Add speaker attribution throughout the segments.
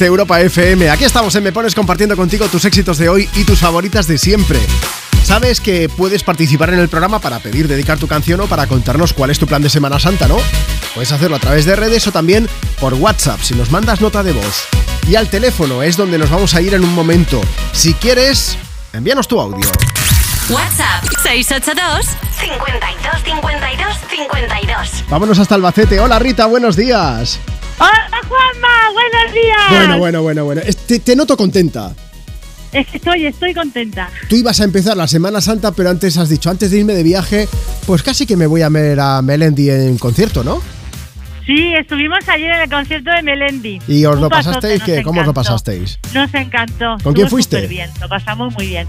Speaker 1: de Europa FM. Aquí estamos en Me Pones compartiendo contigo tus éxitos de hoy y tus favoritas de siempre. Sabes que puedes participar en el programa para pedir dedicar tu canción o para contarnos cuál es tu plan de Semana Santa, ¿no? Puedes hacerlo a través de redes o también por WhatsApp si nos mandas nota de voz. Y al teléfono es donde nos vamos a ir en un momento. Si quieres, envíanos tu audio.
Speaker 2: WhatsApp 682 52 52 52.
Speaker 1: Vámonos hasta Albacete. Hola Rita, buenos días.
Speaker 3: Hola Juanma, buenos días.
Speaker 1: Bueno, bueno, bueno, bueno. Es- Te, te noto contenta.
Speaker 3: Es que estoy, estoy contenta.
Speaker 1: Tú ibas a empezar la Semana Santa, pero antes has dicho, antes de irme de viaje, pues casi que me voy a ver a Melendi en concierto, ¿no?
Speaker 3: Sí, estuvimos ayer en el concierto de Melendi.
Speaker 1: ¿Y os
Speaker 3: Un
Speaker 1: lo
Speaker 3: pasote,
Speaker 1: pasasteis?
Speaker 3: nos
Speaker 1: ¿Qué? ¿Cómo os lo
Speaker 3: encantó.
Speaker 1: pasasteis?
Speaker 3: Nos encantó.
Speaker 1: ¿Con quién
Speaker 3: Estuvo
Speaker 1: fuiste?
Speaker 3: superbién, lo pasamos muy bien.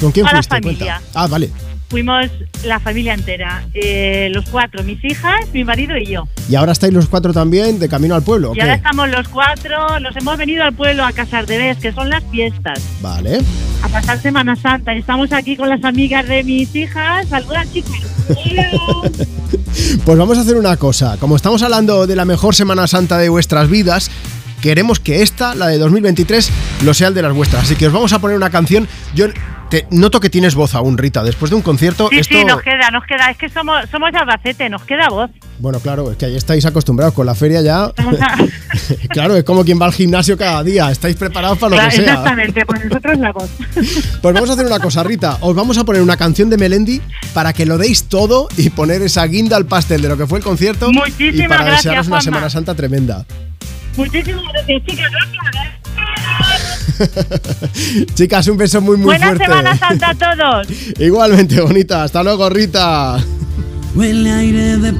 Speaker 1: ¿Con quién
Speaker 3: A la
Speaker 1: fuiste?
Speaker 3: familia.
Speaker 1: Cuenta. Ah, vale.
Speaker 3: Fuimos la familia entera, eh, los cuatro, mis hijas, mi marido y yo.
Speaker 1: ¿Y ahora estáis los cuatro también de camino al pueblo? o
Speaker 3: Y ahora
Speaker 1: qué?
Speaker 3: estamos los cuatro, nos hemos venido al pueblo a Casar de Vez, que son las fiestas,
Speaker 1: Vale.
Speaker 3: a pasar Semana Santa. Y estamos aquí con las amigas de mis hijas. Saluda, chicos.
Speaker 1: Pues vamos a hacer una cosa. Como estamos hablando de la mejor Semana Santa de vuestras vidas, queremos que esta, la de 2023, lo sea el de las vuestras. Así que os vamos a poner una canción. Yo te noto que tienes voz aún, Rita. Después de un concierto,
Speaker 3: Sí,
Speaker 1: esto.
Speaker 3: sí, nos queda, nos queda. Es que somos, somos de Albacete, nos queda voz.
Speaker 1: Bueno, claro, es que ahí estáis acostumbrados con la feria ya.
Speaker 3: Vamos a-
Speaker 1: claro, es como quien va al gimnasio cada día. Estáis preparados para lo
Speaker 3: Claro,
Speaker 1: que sea.
Speaker 3: Exactamente, pues nosotros la voz.
Speaker 1: Pues vamos a hacer una cosa, Rita. Os vamos a poner una canción de Melendi para que lo deis todo y poner esa guinda al pastel de lo que fue el concierto.
Speaker 3: Muchísimas
Speaker 1: y para
Speaker 3: gracias,
Speaker 1: desearos una
Speaker 3: Juanma.
Speaker 1: Semana Santa tremenda.
Speaker 3: Muchísimas gracias, chicas. Gracias.
Speaker 1: Chicas, un beso muy, muy
Speaker 3: Buena
Speaker 1: fuerte.
Speaker 3: Semana Santa a todos.
Speaker 1: Igualmente, bonita. Hasta luego, Rita.
Speaker 4: Huele aire de